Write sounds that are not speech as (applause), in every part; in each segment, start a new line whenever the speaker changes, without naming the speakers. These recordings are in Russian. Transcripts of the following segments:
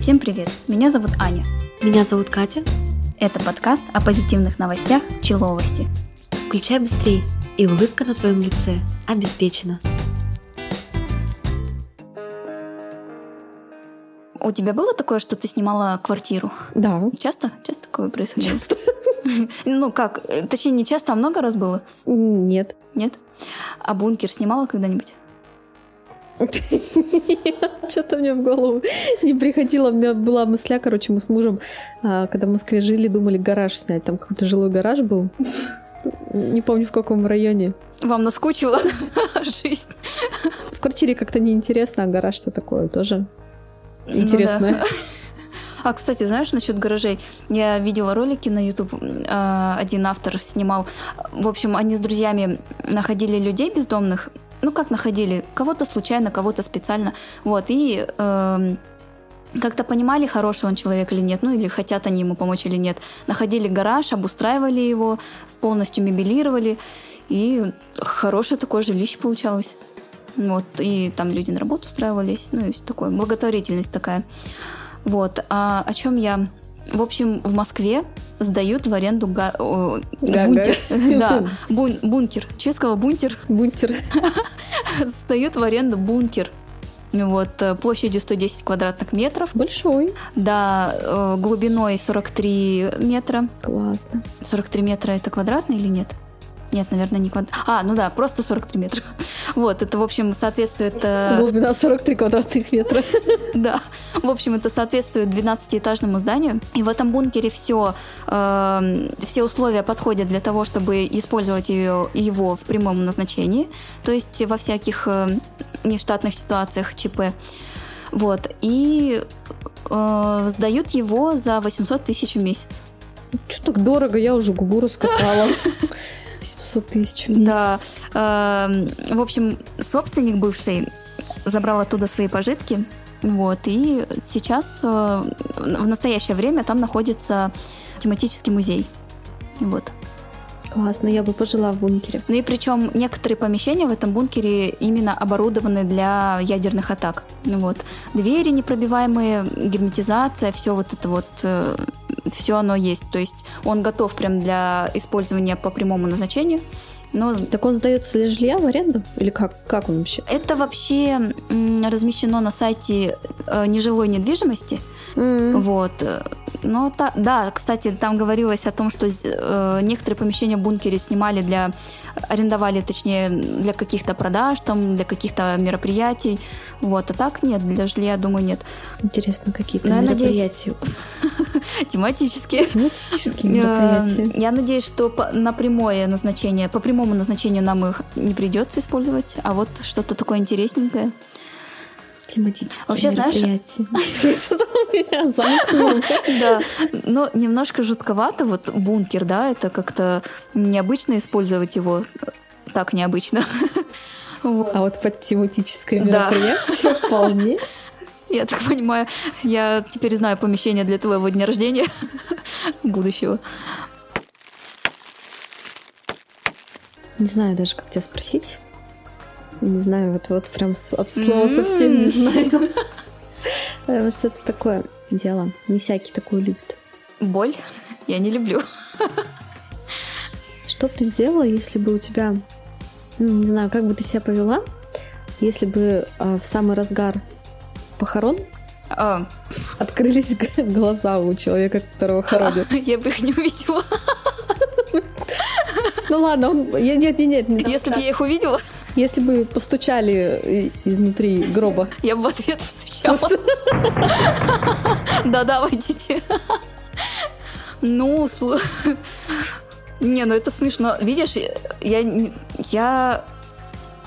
Всем привет! Меня зовут Аня.
Меня зовут Катя.
Это подкаст о позитивных новостях Человости.
Включай быстрей, и улыбка на твоем лице обеспечена.
У тебя было такое, что ты снимала квартиру?
Да,
Часто? Часто такое происходило?
часто.
(laughs) Ну как, э, точнее не часто, а много раз было?
Нет. (laughs)
Нет? А бункер снимала когда-нибудь?
Что-то мне в голову не приходило. У меня была мысля, короче, мы с мужем, а, когда в Москве жили, думали гараж снять. Там какой-то жилой гараж был. Не помню, в каком районе.
Вам наскучила (laughs) жизнь?
В квартире как-то неинтересно, а гараж-то такое тоже
Ну да.
интересное.
А, кстати, знаешь, насчет гаражей? Я видела ролики на YouTube, э, один автор снимал. В общем, они с друзьями находили людей бездомных. Ну, как находили? Кого-то случайно, кого-то специально. Вот, и эм, как-то понимали, хороший он человек или нет, ну, или хотят они ему помочь или нет. Находили гараж, обустраивали его, полностью мебелировали, и хорошее такое жилище получалось. Вот, и там люди на работу устраивались, ну, и все такое. Благотворительность такая. Вот, а о чем я? В общем, в Москве сдают в аренду га- о,
Га-га.
бункер. (laughs) Да, бун- бункер. Че я сказала? Бункер.
(laughs)
(laughs)
Бункер.
Сдают в аренду бункер. Вот, э, площадью 110 квадратных метров,
Большой.
да, э, глубиной 43 метра.
Классно.
43 метра это квадратный или нет? Нет, наверное, не квадратный. А, ну да, просто 43 метра. (laughs) Вот, это, в общем, соответствует... э,
Глубина 43 квадратных метра.
(laughs) Да. В общем, это соответствует 12-этажному зданию. И в этом бункере все, все условия подходят для того, чтобы использовать ее, его в прямом назначении. То есть во всяких э, нештатных ситуациях ЧП. Вот. И э, сдают его за 800 тысяч в месяц.
Что так дорого? Я уже губу
(laughs)
раскатала. 700 тысяч в месяц.
Да. Эм, В общем, собственник бывший забрал оттуда свои пожитки. Вот, и сейчас, э, в настоящее время, там находится тематический музей. Вот.
Классно, я бы пожила в бункере.
Ну и причем некоторые помещения в этом бункере именно оборудованы для ядерных атак. Ну Вот. Двери непробиваемые, герметизация, все вот это вот, все оно есть. То есть он готов прям для использования по прямому назначению, но
Так он сдается для жилья в аренду? Или как? Как он вообще?
Это вообще м, размещено на сайте э, нежилой недвижимости.
М,
Вот. э, Но та- да, кстати, там говорилось о том, что з- э, некоторые помещения в бункере снимали для арендовали, точнее, для каких-то продаж, там, для каких-то мероприятий. Вот. А так нет, для жилья, думаю, нет.
Интересно, какие-то
Ну, я (laughs) надеюсь,
мероприятия.
Тематически.
Тематические
Э,
мероприятия.
Я надеюсь, что по- на прямое назначение, по прямому назначению нам их не придется использовать, а вот что-то такое интересненькое.
Тематические
Вообще, знаешь-
мероприятия. Что-то
(laughs)
у меня замкнуло.
Да, но немножко жутковато, вот бункер, да, это как-то необычно использовать его, э, так необычно. (laughs) Вот.
А вот под тематическое
Да.
мероприятие вполне.
Я так понимаю, я теперь знаю помещение для твоего дня рождения (laughs) будущего.
Не знаю даже, как тебя спросить. Не знаю, вот, вот прям с- от слова совсем не
М.
знаю. (laughs) Потому что это такое дело. Не всякий такое любит.
Боль я не люблю.
Что бы ты сделала, если бы у тебя, ну, не знаю, как бы ты себя повела, если бы а, в самый разгар похорон (laughs)
А,
открылись г- глаза у человека,
(laughs)
которого хоронят?
я бы их не увидела.
Ну ладно, он... я- Нет, нет, нет. не-
Если бы я их увидела,
Если бы постучали и- изнутри
(laughs)
гроба.
я бы в ответ постучала. Да-да, войдите. Ну, сл- не, ну это смешно. Видишь, я, не- я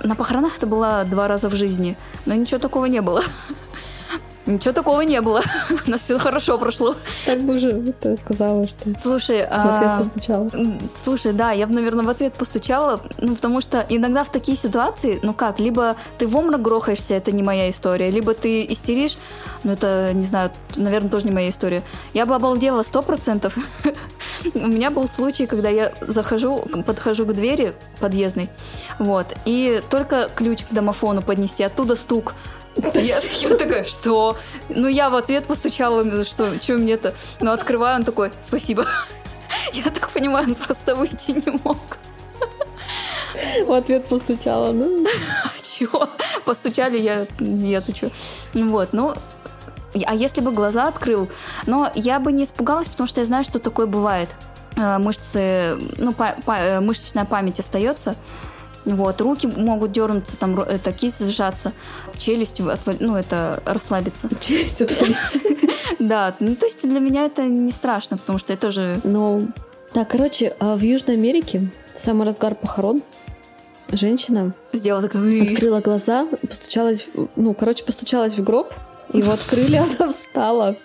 на похоронах-то была два раза в жизни, но ничего такого не было. Ничего такого не было. У нас все хорошо прошло.
Так бы уже вот я сказала, что в
Слушай,
ответ
а,
постучала.
м, Слушай, да, я бы, наверное, в ответ постучала, ну, потому что иногда в такие ситуации, ну как, либо ты в обморок грохаешься, это не моя история, либо ты истеришь, ну это, не знаю, наверное, тоже не моя история. Я бы обалдела сто процентов. (laughs) У меня был случай, когда я захожу, подхожу к двери подъездной, вот, и только ключ к домофону поднести, оттуда стук. Я, (laughs) я такая, что? Ну, я в ответ постучала, ну, что, что мне-то? Ну, открываю, он такой, спасибо. Я так понимаю, он просто выйти не мог.
В ответ постучала. Ну, (laughs)
Чего? Постучали, я, я ты чё? Ну Вот, ну, а если бы глаза открыл? Но я бы не испугалась, потому что я знаю, что такое бывает. Э, Мышцы, ну, па- па- э, мышечная память остается. Вот, руки могут дернуться, там, ро- это, кисть сжаться, челюсть, отвал- ну, это, расслабиться.
челюсть отвалится.
Да, ну, то есть для меня это не страшно, потому что это же...
Ну, так, короче, а в Южной Америке в самый разгар похорон женщина
Сделала такая...
открыла глаза, постучалась, в- ну, короче, постучалась в гроб, его открыли, (laughs) она встала.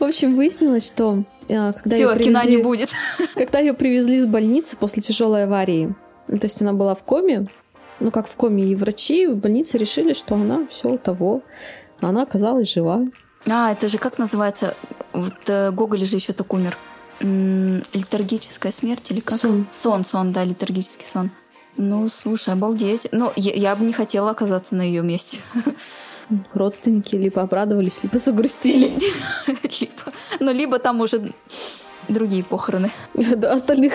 В общем, выяснилось, что а, когда
Все,
ее
кино не
привезли,
будет.
когда ее привезли из больницы после тяжелой аварии, ну, то есть она была в коме, ну как в коме, и врачи в больнице решили, что она все того, а она оказалась жива.
А, это же как называется? Вот э, Гоголь же еще так умер. М, Литургическая смерть или как?
Сон.
Сон, сон, да, литургический сон. Ну, слушай, обалдеть. Ну, я, я бы не хотела оказаться на ее месте.
Родственники либо обрадовались, либо загрустили.
(laughs)
(laughs)
либо, ну, либо там уже другие похороны.
Да, остальных.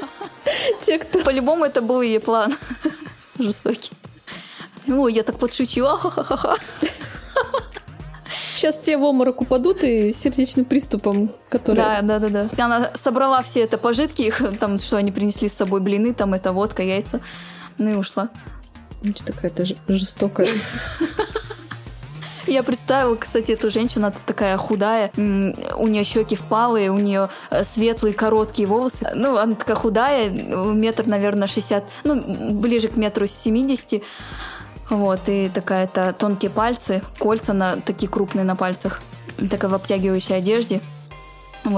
(laughs) Те, кто...
По-любому это был ее план. (laughs) Жестокий. Ну, я так подшучу. (laughs) ахахаха.
Сейчас те в обморок упадут и с сердечным приступом, который...
Да, да, да, да. Она собрала все это пожитки, их, там, что они принесли с собой, блины, там, это водка, яйца. Ну и ушла.
Ну, что какая-то ж- жестокая.
Я представила, кстати, эту женщину, она такая худая, м, у нее щеки впалые, у нее э, светлые короткие волосы. Ну, она такая худая, метр, наверное, 60, ну, м, ближе к метру 70. Вот, и такая то тонкие пальцы, кольца на такие крупные на пальцах, такая в обтягивающей одежде.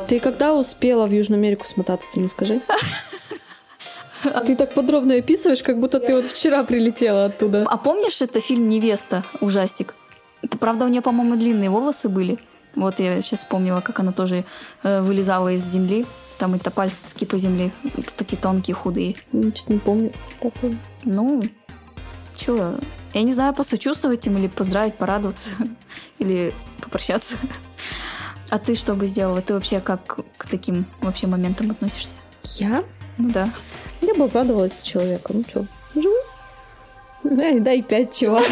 Ты когда успела в Южную Америку смотаться, ты мне скажи? А Ты так подробно описываешь, как будто ты вот вчера прилетела оттуда.
А помнишь это фильм «Невеста», ужастик? Это, правда, у нее, по-моему, длинные волосы были. Вот я сейчас вспомнила, как она тоже э, вылезала из земли. Там это пальцы такие по земле, такие тонкие, худые.
Что-то Ну, не помню. такого.
Ну, чё, я не знаю, посочувствовать им или поздравить, порадоваться, (laughs) или попрощаться. А ты что бы сделала? Ты вообще как к таким вообще моментам относишься?
Я?
Ну да.
Я бы обрадовалась за человека. Ну что, живу? Эй, дай пять, чувак.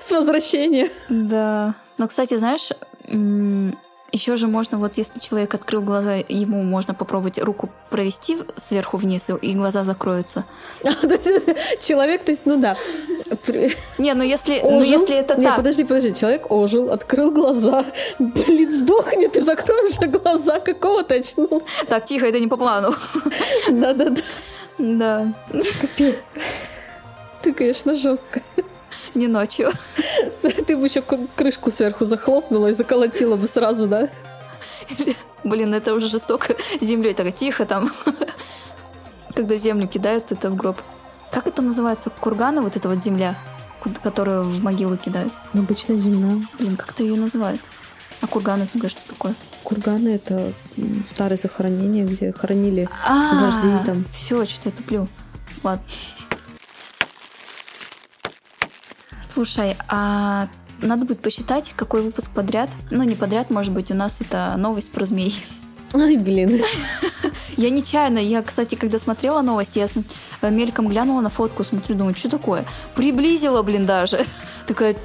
С возвращения.
Да. Но, кстати, знаешь, еще же можно, вот если человек открыл глаза, ему можно попробовать руку провести сверху вниз, и- и глаза закроются.
(laughs) А, то есть, Человек, то есть, ну да. При-
Не, ну если,
Ожил.
ну если это
Нет,
так.
подожди, подожди. Человек ожил, открыл глаза. (laughs) Блин, сдохнет и закроешь глаза. Какого ты очнулся?
Так, тихо, это не по плану.
Да-да-да.
Да,
Капец. Ты, конечно, жестко.
не ночью.
(laughs) Ты бы еще к- крышку сверху захлопнула и заколотила бы сразу, да?
Блин, ну это уже жестоко. Землей так тихо там. Когда землю кидают, это в гроб. Как это называется? Курганы, вот эта вот земля, куда- которую в могилу кидают.
Обычная земля.
Блин, как-то ее называют. А курганы, ты говоришь, что такое?
Курганы — это м, старые захоронения, где хоронили.
А,
Вожди там.
Все, что-то я туплю. Ладно. Слушай, а надо будет посчитать, какой выпуск подряд. Ну, не подряд, может быть, у нас это новость про змей.
Ай, блин.
Я нечаянно, я, кстати, когда смотрела новости, я с- э, мельком глянула на фотку, смотрю, думаю, что такое? Приблизила, блин, даже. (laughs) Такая,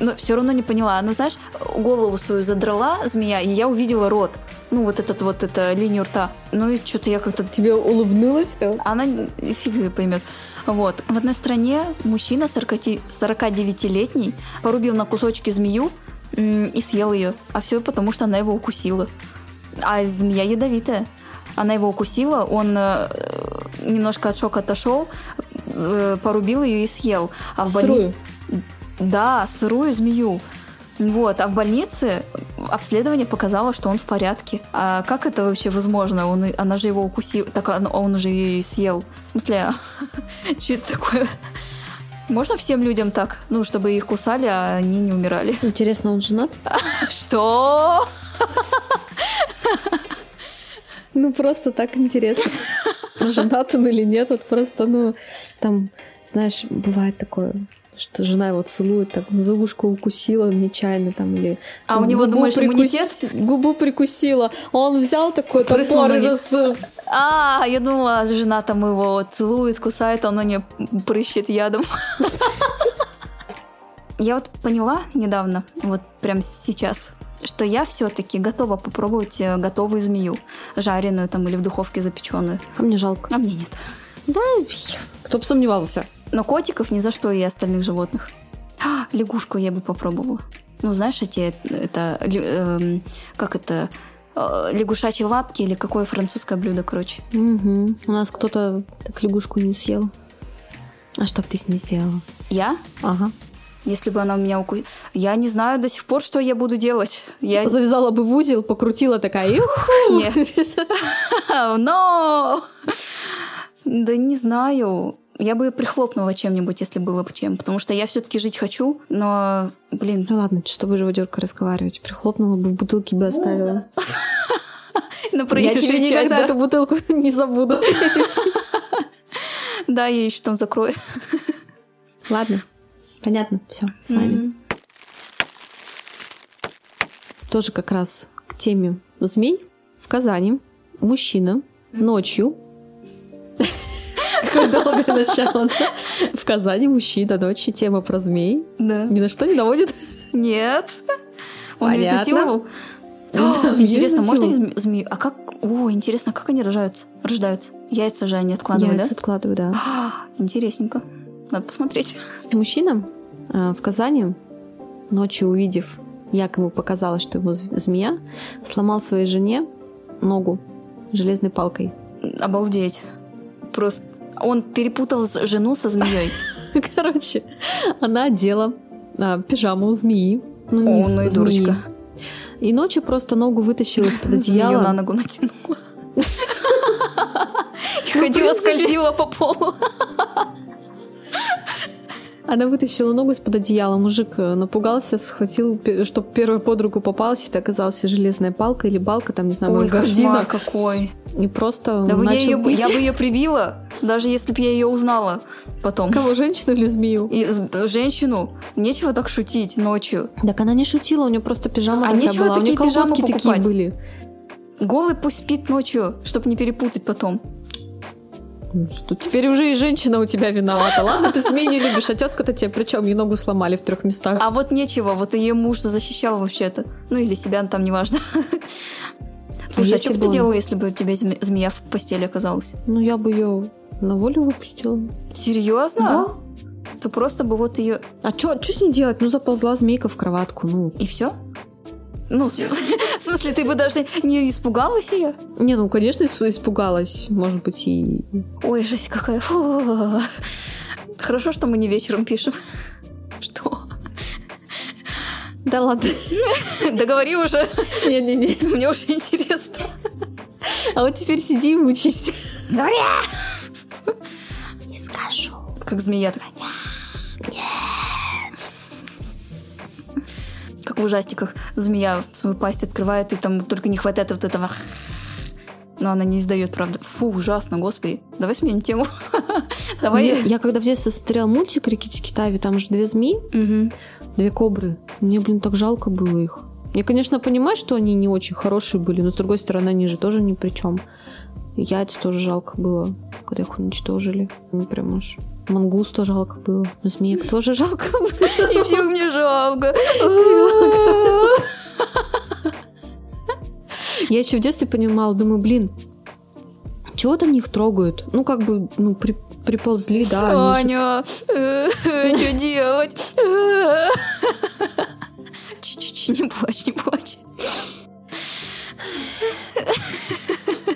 но все равно не поняла. Она, знаешь, голову свою задрала змея, и я увидела рот. Ну, вот этот вот, это линию рта. Ну, и что-то я как-то
Тебе улыбнулась? э?
она н- фиг ее поймет. Вот. В одной стране мужчина 40 49-летний порубил на кусочки змею м, и съел ее. А все потому, что она его укусила. А змея ядовитая. Она его укусила, он э, немножко от шока отошел, э, порубил ее и съел. А в больни-
Сырую.
Да, сырую змею. Вот, а в больнице обследование показало, что он в порядке. А как это вообще возможно? Он, и- она же его укусила, так он, он же ее и съел. В смысле, (laughs) что это такое? Можно всем людям так? Ну, чтобы их кусали, а они не умирали. (laughs)
Интересно, он женат?
Что?
Ну, просто так интересно,
(laughs)
женат он или нет. Вот просто, ну, там, знаешь, бывает такое, что жена его целует, так за ушко укусила нечаянно там или...
А
там,
у него,
губу
думаешь,
прикус-
иммунитет?
Губу прикусила, а он взял такой
Прыснул на
топор и э,
них.
раз-
А, я думала, жена там его целует, кусает, а он на нее прыщет ядом. Я вот поняла недавно, вот прям сейчас, что я все-таки готова попробовать э, готовую змею, жареную там или в духовке запеченную.
А мне жалко.
А мне нет.
Кто бы сомневался.
Но котиков ни за что и остальных животных. (gasps) А, лягушку я бы попробовала. Ну, знаешь, эти, это, лю- эм, как это, э, лягушачьи лапки или какое французское блюдо, короче.
Мгм. У нас кто-то так лягушку не съел. А что бы ты с ней сделала?
Я,
Ага.
если бы она у меня укусила... Я не знаю до сих пор, что я буду делать. (laughs) Я...
Завязала бы в узел,
(laughs)
покрутила такая, «Юху!»
Нет. Но... (laughs) Да не знаю. Я бы её прихлопнула чем-нибудь, если было бы чем. Потому что я все таки жить хочу, но, блин,
Ну ладно, что с тобой живодерка разговаривать? Прихлопнула бы, в бутылке бы оставила.
(laughs) на
Я тебе
проезжую часть,
никогда
Ну да?
эту бутылку (laughs)
(laughs)
не забуду.
Да, я еще там закрою. (laughs)
Ладно. Понятно, все, с вами.
Мгм.
тоже как раз к теме змей. В Казани мужчина ночью... Какое долгое начало. да? (laughs) В Казани мужчина ночью, тема про змей.
Да.
Ни на что не наводит.
Нет. Он ее
Понятно.
изнасиловал?
Да,
(gasps) А,
змею
Интересно, можно
изнасиловал.
изм- змею? А как... О, интересно, как они рожаются? Рождаются. Яйца же они откладывают, да?
Яйца откладываю, да.
А, (gasps) Интересненько. Надо посмотреть.
Мужчина э, в Казани, ночью увидев, якобы показалось, что его з- змея, сломал своей жене ногу железной палкой. (laughs)
Обалдеть. Просто он перепутал с- жену со змеей.
Короче, она одела а, пижаму змеи. Ну, (laughs) не
О,
з-
ну и
змеи.
дурочка.
И ночью просто ногу вытащила
(laughs)
из-под
Змею на
одеяла.
ногу
(laughs)
натянула. И Ходила,
принципе.
скользила по полу.
Она вытащила ногу из-под одеяла. Мужик э, напугался, схватил, чтобы первой под руку попалась. Это оказалась железная палка или балка, там, не знаю,
Ой,
может,
кошмар
гордина.
какой.
И просто
Да бы я
начал
её-
бить.
я бы ее прибила, даже если бы я ее узнала потом.
(laughs) Кого, женщину или змею?
И с- женщину нечего так шутить ночью.
Так она не шутила, у нее просто пижама
А
такая
нечего
была, у нее
такие пижамы
колготки такие
покупать.
были.
Голый пусть спит ночью, чтобы не перепутать потом.
Ну, Что, теперь уже и женщина у тебя виновата. Ладно, ты змей не любишь, а тетка-то тебе причем и ногу сломали в трех местах.
А вот нечего, вот ее муж защищал вообще-то. Ну или себя, там неважно. Слушай, а
если
что бы
бы
ты
он-
делала, если бы у тебя зме- змея в постели оказалась?
Ну, я бы ее на волю выпустила.
Серьезно? То просто бы вот ее...
А что с ней делать? Ну, заползла змейка в кроватку. Ну,
И все? Ну, в смысле- (laughs) в смысле, ты бы даже не испугалась ее?
не, ну, конечно, ис- испугалась. Может быть, и...
Ой, жесть какая. Фу. Хорошо, что мы не вечером пишем. (laughs) Что?
Да ладно.
Договори уже,
(laughs)
(laughs)
Не-не-не.
мне уже интересно.
А вот теперь сиди и учись.
Говори!
Не скажу.
Как змея такая. Как в ужастиках змея свою пасть открывает, и там только не хватает вот этого. Но она не издает, правда. Фу, ужасно, господи. Давай сменим тему. (laughs)
Я,
Давай.
я когда в детстве смотрела мультик «Рикити Китави», там же две змеи,
Мгм.
две кобры. Мне, блин, так жалко было их. Я, конечно, понимаю, что они не очень хорошие были, но, с другой стороны, они же тоже ни при чем. Яйца тоже жалко было, когда их уничтожили. Ну, прям аж. Мангуста жалко было. Змеек тоже жалко было. (laughs)
И всех мне жалко.
Я еще в детстве понимала, думаю, блин, чего там них трогают? Ну, как бы, ну, при- приползли, да. они же-
Аня, э, что делать? Чи-чи-чи, не плачь, не плачь.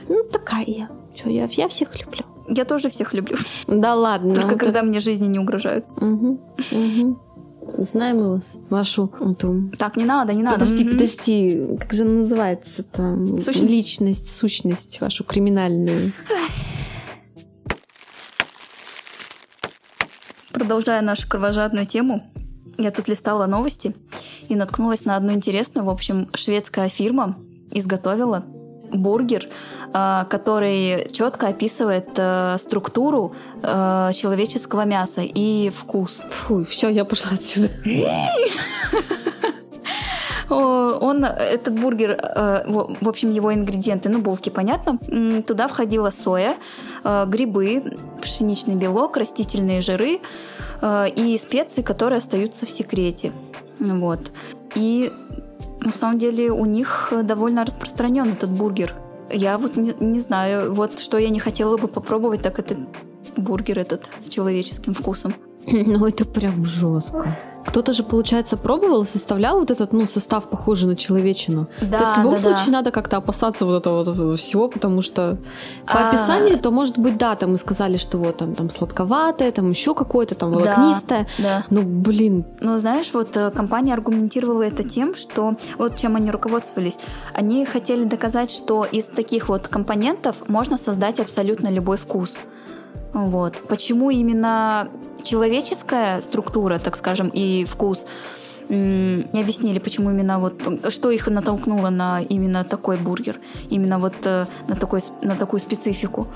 Ну, такая я. Че, я, я всех люблю.
Я тоже всех люблю.
Да ладно.
Только
вот
когда мне жизни не угрожают.
это- Мгм, мгм. (laughs) Знаем мы вас. Вашу а эту...
Так, не надо, не надо.
Подожди,
Мгм.
подожди, как же она называется там?
Сущность?
Личность, сущность вашу криминальную.
Продолжая нашу кровожадную тему, я тут листала новости и наткнулась на одну интересную. В общем, шведская фирма изготовила бургер, э, который четко описывает э, структуру э, человеческого мяса и вкус.
Фу, все, я
(laughs)
пошла отсюда.
О, Он, этот бургер, э, во- в общем, его ингредиенты, ну, булки, понятно. М, Туда входила соя, э, грибы, пшеничный белок, растительные жиры э, и специи, которые остаются в секрете. Вот. И на самом деле у них довольно распространен этот бургер. Я вот не, не знаю, вот что я не хотела бы попробовать, так это бургер этот с человеческим вкусом.
Ну, это прям жестко.
Кто-то же, получается, пробовал, составлял вот этот, ну, состав похожий на человечину.
Да,
То есть в любом
да, да.
случае надо как-то опасаться вот этого вот всего, потому что по
А.
описанию, то, может быть, да, там и сказали, что вот там, там сладковатое, там еще какое-то, там
Да.
волокнистое.
Да.
Ну, блин,
Но знаешь, вот э, компания аргументировала это тем, что вот чем они руководствовались. Они хотели доказать, что из таких вот компонентов можно создать абсолютно любой вкус. Вот. Почему именно человеческая структура, так скажем, и вкус м, не объяснили, почему именно вот э, что их натолкнуло на именно такой бургер, именно вот э, на, такой, с- на такую специфику.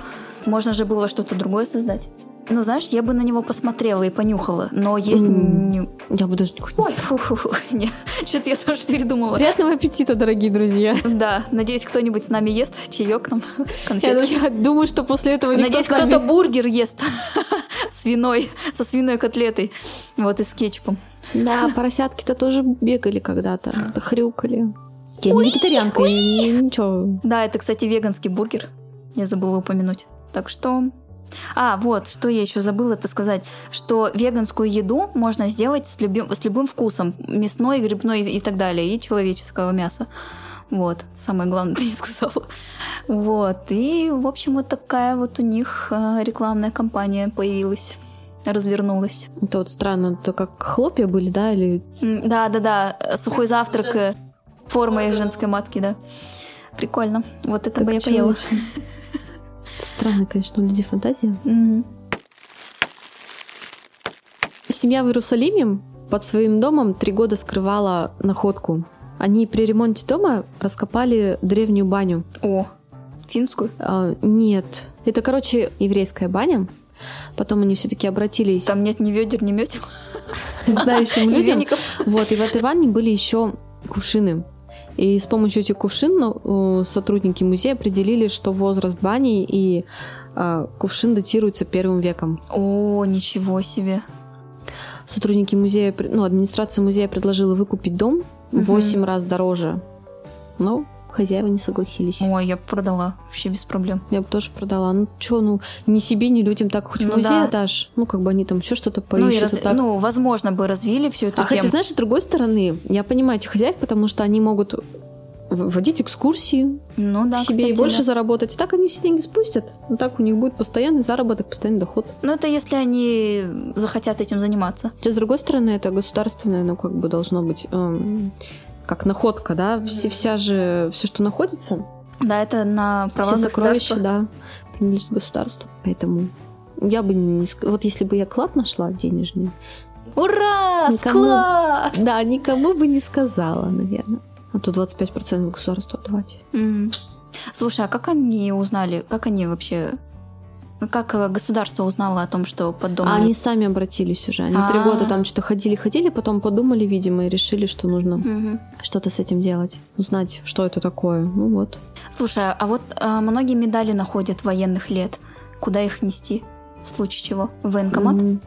Можно же было что-то другое создать. Ну, знаешь, я бы на него посмотрела и понюхала, но есть
М.
не-
я бы даже не хотела.
Ой, фу фу (laughs) что-то я тоже передумала.
Приятного аппетита, дорогие друзья.
Да, надеюсь, кто-нибудь с нами ест чаек (laughs) нам,
Я
конфетки.
даже думаю, что после этого никто
Надеюсь,
с нами-
кто-то бургер ест (laughs) с виной, со свиной котлетой, вот и с кетчупом.
Да, поросятки-то тоже бегали когда-то, хрюкали. Я не вегетарианка, я не- ничего.
Да, это, кстати, веганский бургер, я забыла упомянуть. Так что... А, вот, что я еще забыла это сказать, что веганскую еду можно сделать с, люби- с любым вкусом, мясной, грибной и так далее, и человеческого мяса. Вот, самое главное, (laughs) ты не сказала. Вот, и, в общем, вот такая вот у них э, рекламная кампания появилась, развернулась.
Это вот странно, то как хлопья были, да, или...
М, Да-да-да, э, сухой завтрак э, формой женской матки, да. Прикольно, вот это
так
бы я
чего
поела.
очень. Странно, конечно, у людей фантазия.
Мгм.
Семья в Иерусалиме под своим домом три года скрывала находку. Они при ремонте дома раскопали древнюю баню.
О, финскую?
А, нет, это, короче, еврейская баня. Потом они все-таки обратились
Там нет ни ведер, ни метел,
к
(laughs)
знающим
ни
людям.
веников.
Вот, и в этой ванне были еще кувшины. И с помощью этих кувшин ну, э, сотрудники музея определили, что возраст бани и э, кувшин датируется первым веком.
О, ничего себе.
Сотрудники музея, пр- ну, администрация музея предложила выкупить дом
Мгм.
в 8 раз дороже. Но хозяева не согласились.
Ой, я бы продала вообще без проблем.
Я бы тоже продала. Ну, что, ну, ни себе, ни людям так хоть в
Ну
музей
да.
отдашь. Ну, как бы они там еще что-то
Ну, и
поищут.
раз-
а так.
ну, возможно, бы развили всю эту
а хотя,
тему.
знаешь, с другой стороны, я понимаю этих хозяев, потому что они могут в- вводить экскурсии
Ну да,
к себе и
кстати,
больше
да.
заработать. И так они все деньги спустят. Ну, так у них будет постоянный заработок, постоянный доход.
Ну, это если они захотят этим заниматься.
Хотя, с другой стороны, это государственное, ну, как бы должно быть эм, как находка, да, все, вся же, все, что находится,
Да, это на права
все сокровища,
государства.
да, принадлежит государству. Поэтому я бы не... ск- Вот если бы я клад нашла денежный,
Ура!
Никому-
Склад!
да, никому бы не сказала, наверное. А то 25% государству отдавать.
М. Слушай, а как они узнали, как они вообще... Как э, государство узнало о том, что под домом...
А они сами обратились уже. Они три
А.
года там что-то ходили-ходили, потом подумали, видимо, и решили, что нужно
Мгм.
что-то с этим делать. Узнать, что это такое. Ну вот.
Слушай, а вот а, многие медали находят военных лет. Куда их нести? В случае чего? В военкомат? (laughs)
М.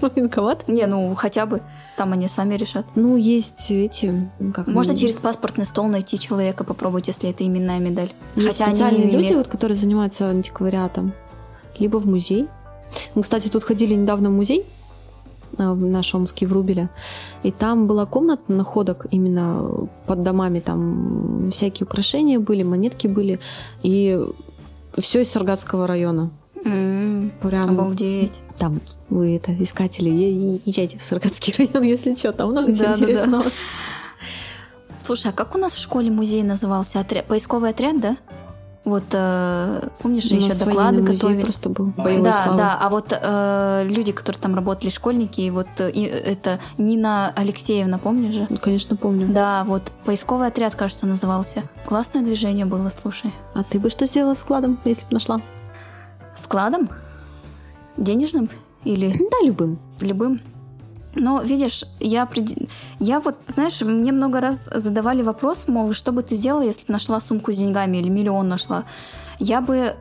Военкомат?
Не, ну хотя бы. Там они сами решат.
Ну, есть эти... ну, Как
Можно
они-
через паспортный стол найти человека, попробовать, если это именная медаль.
Есть
Хотя они не
специальные люди,
имеют.
вот, которые занимаются антиквариатом. Либо в музей. Мы, кстати, тут ходили недавно в музей а, в наш Омский, в Рубеле. И там была комната находок именно под домами. Там всякие украшения были, монетки были. И все из Саргатского района.
М,
Прям
М-м-м. Обалдеть.
там вы это, искатели, е- е- езжайте в Саргатский район, (laughs) если что, там много чего
Да-да-да.
интересного.
Слушай, а как у нас в школе музей назывался? Отря- Поисковый отряд, да? Вот э, помнишь,
У нас
еще
военный
доклады
музей
готовили.
просто был. Боевой
Да,
славы.
да. А вот э, люди, которые там работали, школьники, и вот э, и это Нина Алексеевна, помнишь же?
Ну, Конечно, помню.
Да, вот поисковый отряд, кажется, назывался. Классное движение было, слушай.
А ты бы что сделала с складом, если бы нашла? (clears throat)
Складом? Денежным? Или
Да, любым.
любым. Но, видишь, я, прид- я вот, знаешь, мне много раз задавали вопрос, мол, что бы ты сделала, если бы нашла сумку с деньгами или миллион нашла? Я бы,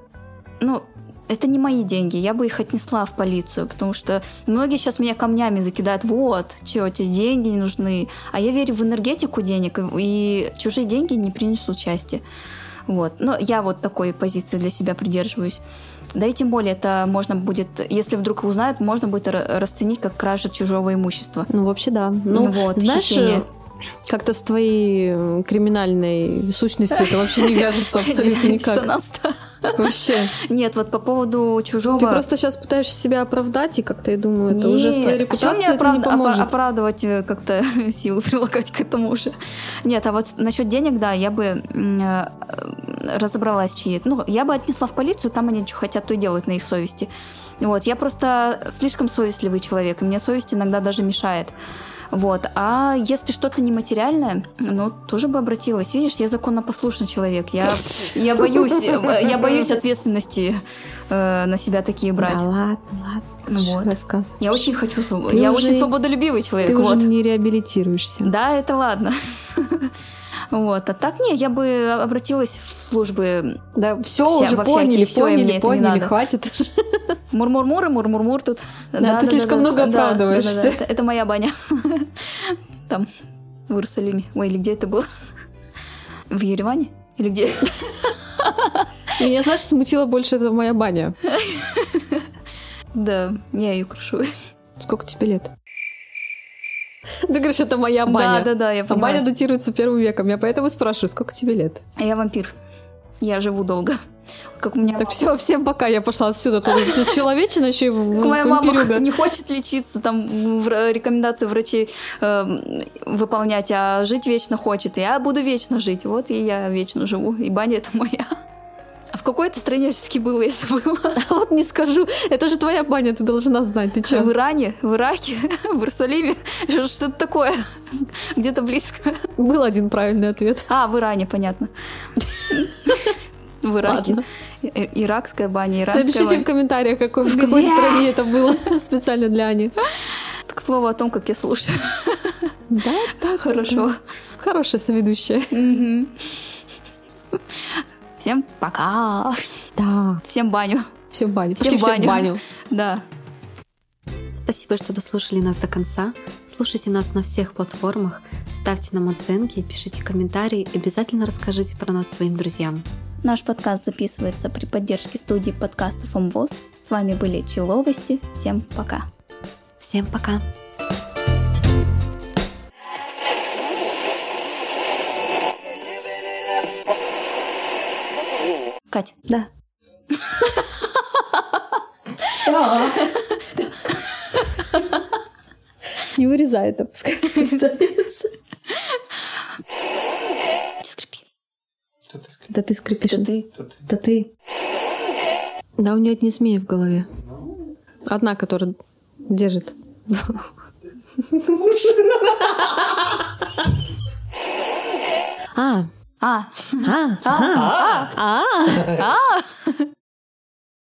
ну, это не мои деньги, я бы их отнесла в полицию, потому что многие сейчас меня камнями закидают, вот, чё, тебе деньги не нужны, а я верю в энергетику денег, и- и чужие деньги не принесут счастья. Вот. Но я вот такой позиции для себя придерживаюсь. Да и тем более это можно будет, если вдруг узнают, можно будет ра- расценить как кража чужого имущества.
Ну, вообще, да. Ну,
вот,
знаешь,
хищение.
как-то с твоей э, криминальной сущностью это вообще не вяжется
(laughs)
абсолютно никак.
Диссонанс, да.
Вообще.
Нет, вот по поводу чужого...
Ты просто сейчас пытаешься себя оправдать, и как-то я думаю, это уже с твоей
Не, а чё мне
репутацией это не
оправд- опра-
поможет.
оправдывать э, как-то (laughs) силы прилагать к этому уже. Нет, а вот насчет денег, да, я бы м, э, разобралась, чьи это. Ну, я бы отнесла в полицию, там они что хотят, то и делают на их совести. Вот, я просто слишком совестливый человек, и мне совесть иногда даже мешает. Вот, а если что-то нематериальное, ну, тоже бы обратилась. Видишь, я законопослушный человек, я, я боюсь, э, я боюсь ответственности э, на себя такие брать.
Да ладно, ладно.
Ну
Слушай,
вот.
Рассказ.
Я очень хочу, своб-
Ты
я
уже-
очень свободолюбивый человек.
Ты
вот.
уже не
(laughs)
реабилитируешься.
Да, это ладно. (laughs) Вот, а так не, я бы обратилась в службы
Да, все
Вся-
уже
во
поняли,
всякие, всё, и мне это
поняли,
не
поняли,
надо.
хватит уже.
мур-мур-мур и мур-мур-мур тут.
Да, ты слишком много оправдываешься.
да, да, это, это моя баня. (laughs) Там, в Иерусалиме. Ой, или где это было? В Ереване? Или где? (laughs)
Меня, знаешь, смутила больше это моя баня.
Да, я ее крушу.
Сколько тебе лет? Ты говоришь, это моя
Да,
баня.
да, да, я
А баня
понимаю.
датируется первым веком. Я поэтому спрашиваю, сколько тебе лет?
А Я вампир. Я живу долго. Как у меня
Так все, всем пока, я пошла отсюда. Тут всё человечина еще и Ну, в-
Как моя мама
вампирюга.
не хочет лечиться, там в- в- рекомендации врачей э, выполнять, а жить вечно хочет. Я буду вечно жить. Вот и я вечно живу. И баня это моя. А в какой то стране все-таки было, я забыла?
(laughs) Вот не скажу. Это же твоя баня, ты должна знать. Ты
В
че?
Иране, в Ираке, (laughs) в Иерусалиме, что-то такое. Где-то близко.
Был один правильный ответ.
А, в Иране, понятно. В Ираке.
Ладно.
И- Иракская баня, иранская
Напишите в
баня.
комментариях, какой, в какой
Где?
стране это было (laughs) специально для Ани.
К слову о том, как я слушаю.
Да, да,
Хорошо.
Хорошая соведущая.
Мгм. Всем пока.
Да,
Всем баню.
все в баню.
Всем
Почти все
баню.
в баню.
Да.
Спасибо, что дослушали нас до конца. Слушайте нас на всех платформах, ставьте нам оценки, пишите комментарии и обязательно расскажите про нас своим друзьям.
Наш подкаст записывается при поддержке студии подкастов МВОЗ. С вами были Человости. Всем пока.
Всем пока!
Катя.
Да. Не вырезай это, пускай (laughs) останется.
Не скрипи.
Да ты скрипишь.
Это ты.
Да ты. Да у нее одни змеи в голове. Одна, которая держит. (laughs) А,
А,
а, а, а, а.